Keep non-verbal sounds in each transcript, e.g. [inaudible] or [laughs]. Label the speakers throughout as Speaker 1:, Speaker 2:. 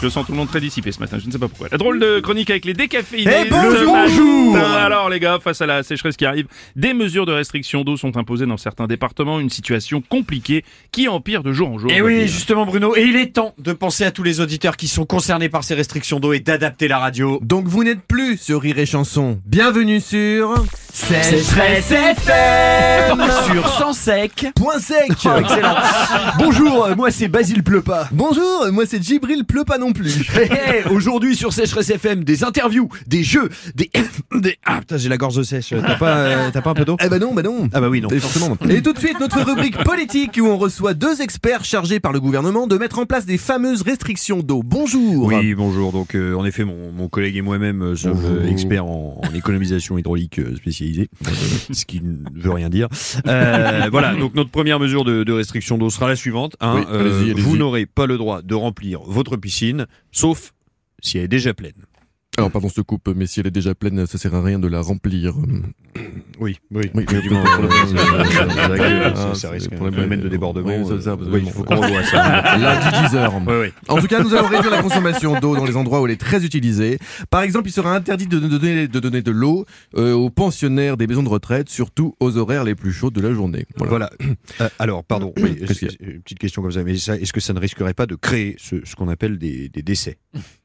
Speaker 1: Je sens tout le monde très dissipé ce matin, je ne sais pas pourquoi. La drôle de chronique avec les décaféinés.
Speaker 2: Eh, bonjour,
Speaker 1: ce
Speaker 2: bonjour.
Speaker 1: matin. Alors les gars, face à la sécheresse qui arrive, des mesures de restriction d'eau sont imposées dans certains départements, une situation compliquée qui empire de jour en jour.
Speaker 2: Et
Speaker 1: on va
Speaker 2: Eh oui,
Speaker 1: dire.
Speaker 2: justement Bruno, et il est temps de penser à tous les auditeurs qui sont concernés par ces restrictions d'eau et d'adapter la radio.
Speaker 3: Donc vous n'êtes plus sur Rire et Chanson. Bienvenue sur
Speaker 4: Sécheresse FM [laughs] sur Sans Sec. Oh, [laughs]
Speaker 3: Point Sec.
Speaker 4: Excellent. Bonjour, euh, moi c'est Basile Pleut pas.
Speaker 3: Bonjour, euh, moi c'est Djibril Pleut pas non [laughs] plus.
Speaker 4: Hé, hé, Aujourd'hui sur Sécheresse FM, des interviews, des jeux,
Speaker 3: [coughs]
Speaker 4: des. des... Ah,
Speaker 2: Putain, j'ai la gorge sèche. T'as pas, euh, t'as pas un peu d'eau
Speaker 3: Eh ben non, bah non.
Speaker 2: Ah bah oui, non.
Speaker 3: Et forcément. [coughs] Et tout de suite, notre rubrique politique où on reçoit deux experts chargés par le gouvernement de mettre en place des fameuses restrictions d'eau. Bonjour.
Speaker 2: Oui, bonjour. Donc, euh, en effet, mon, mon collègue et moi-même euh, sommes euh, experts en, en économisation hydraulique euh, spécialisée, ce qui ne veut rien dire. Euh, voilà, donc notre première mesure de, de restriction d'eau sera la suivante. hein.
Speaker 5: Oui,
Speaker 2: Euh,
Speaker 5: allez-y, allez-y.
Speaker 2: vous n'aurez pas le droit de remplir votre piscine, sauf si elle est déjà pleine.
Speaker 5: Alors pardon, je te coupe, mais si elle est déjà pleine, ça sert à rien de la remplir. Hum,
Speaker 2: Oui,
Speaker 5: Oui,
Speaker 2: effectivement,
Speaker 5: oui,
Speaker 2: euh, euh,
Speaker 5: oui, oui, oui,
Speaker 2: c'est vrai que
Speaker 5: oui,
Speaker 2: ça-
Speaker 5: oui,
Speaker 2: ça
Speaker 5: oui,
Speaker 2: risque
Speaker 5: oui,
Speaker 2: un
Speaker 5: oui,
Speaker 2: phénomène
Speaker 5: oui,
Speaker 2: de
Speaker 5: oui,
Speaker 2: débordement.
Speaker 5: oui, ça-
Speaker 2: euh,
Speaker 5: ça-
Speaker 2: oui, il faut qu'on
Speaker 5: absolument.
Speaker 2: revoie ça.
Speaker 5: La heures.
Speaker 2: Oui, oui.
Speaker 3: En tout cas, nous allons réduire la consommation d'eau dans les endroits où elle est très utilisée. Par exemple, il sera interdit de de donner de, donner de l'eau euh, aux pensionnaires des maisons de retraite, surtout aux horaires les plus chauds de la journée. Voilà.
Speaker 2: Voilà. Euh, alors, pardon, oui,
Speaker 5: Qu'est-ce
Speaker 2: est-ce-
Speaker 5: qu'il y
Speaker 2: une petite question comme ça, mais ça, est-ce que ça ne risquerait pas de créer ce, ce qu'on appelle des, des décès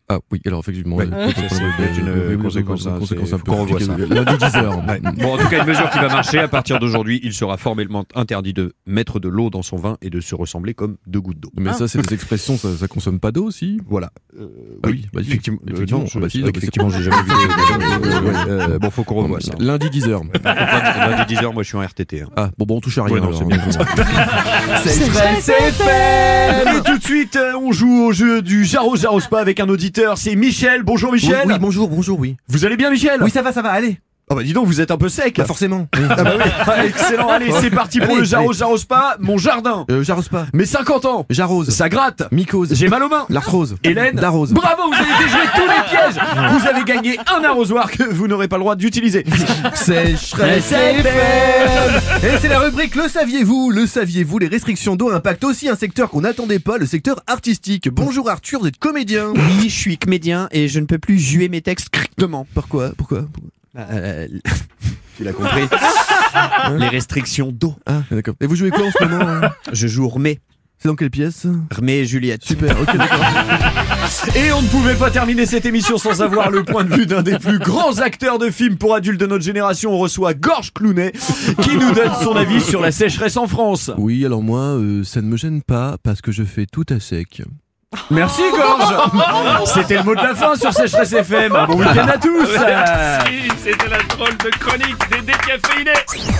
Speaker 5: Ah oui, alors effectivement.
Speaker 2: Ouais,
Speaker 5: euh,
Speaker 2: ça, c'est
Speaker 5: euh,
Speaker 2: une,
Speaker 5: oui, oui, oui,
Speaker 2: conséquence, hein,
Speaker 5: conséquence
Speaker 2: c'est-
Speaker 5: un peu
Speaker 2: qu'on revoit
Speaker 5: compliquée. La digiseur.
Speaker 2: [laughs] Ouais. Ah. Bon, en tout cas, une mesure qui va marcher. À
Speaker 1: [laughs]
Speaker 2: partir d'aujourd'hui, il sera formellement interdit de mettre de l'eau dans son vin et de se ressembler comme deux gouttes d'eau.
Speaker 5: Mais ça, c'est des expressions, ça, ça consomme pas d'eau aussi
Speaker 2: Voilà. Euh,
Speaker 5: Ah oui, bah,
Speaker 2: effectivement. euh,
Speaker 5: effectivement,
Speaker 2: non,
Speaker 5: ah bah,
Speaker 2: je-
Speaker 5: si, donc,
Speaker 2: effectivement,
Speaker 5: c'est-
Speaker 2: j'ai jamais vu. de- Ouais, euh, Bon, faut qu'on revoie ça.
Speaker 5: Hum, Lundi 10h.
Speaker 2: Lundi 10h, moi je suis en RTT. hein.
Speaker 5: Ah bon, bon, on touche à rien.
Speaker 2: Ouais, non,
Speaker 5: alors. hein.
Speaker 2: c'est bien comme ça.
Speaker 4: Sécheresse FM Et tout de suite, euh, on joue au jeu du Jaro Jaro Spa avec un auditeur, c'est Michel. Bonjour
Speaker 3: Oui,
Speaker 4: Michel
Speaker 3: oui, bonjour, bonjour, oui.
Speaker 4: Vous allez bien Michel
Speaker 3: Oui, ça va, ça va, allez.
Speaker 4: Ah bah dis donc, vous êtes un peu sec
Speaker 3: Bah, forcément. Oui.
Speaker 4: Ah bah oui. Ah, Excellent, allez, c'est parti pour
Speaker 3: Allez,
Speaker 4: le Jaro
Speaker 3: allez.
Speaker 4: Jaro Spa, mon jardin
Speaker 3: Euh, j'arrose pas.
Speaker 4: Mes 50 ans
Speaker 3: J'arrose.
Speaker 4: Ça gratte
Speaker 3: Mycose.
Speaker 4: J'ai mal aux mains
Speaker 3: L'arthrose.
Speaker 4: Hélène
Speaker 3: La rose.
Speaker 4: Bravo, vous avez déjoué tous les pièges Vous avez gagné un arrosoir que vous n'aurez pas le droit d'utiliser.
Speaker 3: Sécheresse FM. Et c'est la rubrique Le saviez-vous Le saviez-vous Les restrictions d'eau impactent aussi un secteur qu'on n'attendait pas, le secteur artistique. Bonjour Arthur, vous êtes comédien.
Speaker 6: Oui, je suis comédien et je ne peux plus jouer mes textes correctement.
Speaker 3: Pourquoi Pourquoi
Speaker 6: Tu l'as compris [laughs] Les restrictions d'eau.
Speaker 3: Ah, d'accord. Et vous jouez quoi en ce moment hein
Speaker 6: Je joue Romé.
Speaker 3: C'est dans quelle pièce
Speaker 6: Romé et Juliette.
Speaker 3: Super, ok, d'accord.
Speaker 4: Et on ne pouvait pas terminer cette émission sans avoir le point de vue d'un des plus grands acteurs de films pour adultes de notre génération. On reçoit Gorge Clounet qui nous donne son avis sur la sécheresse en France.
Speaker 5: Oui, alors moi, euh, ça ne me gêne pas parce que je fais tout à sec.
Speaker 4: Merci Gorge C'était le mot de la fin sur Sécheresse FM. Un bon week-end à tous
Speaker 1: Merci, c'était la drôle de chronique des décaféinés.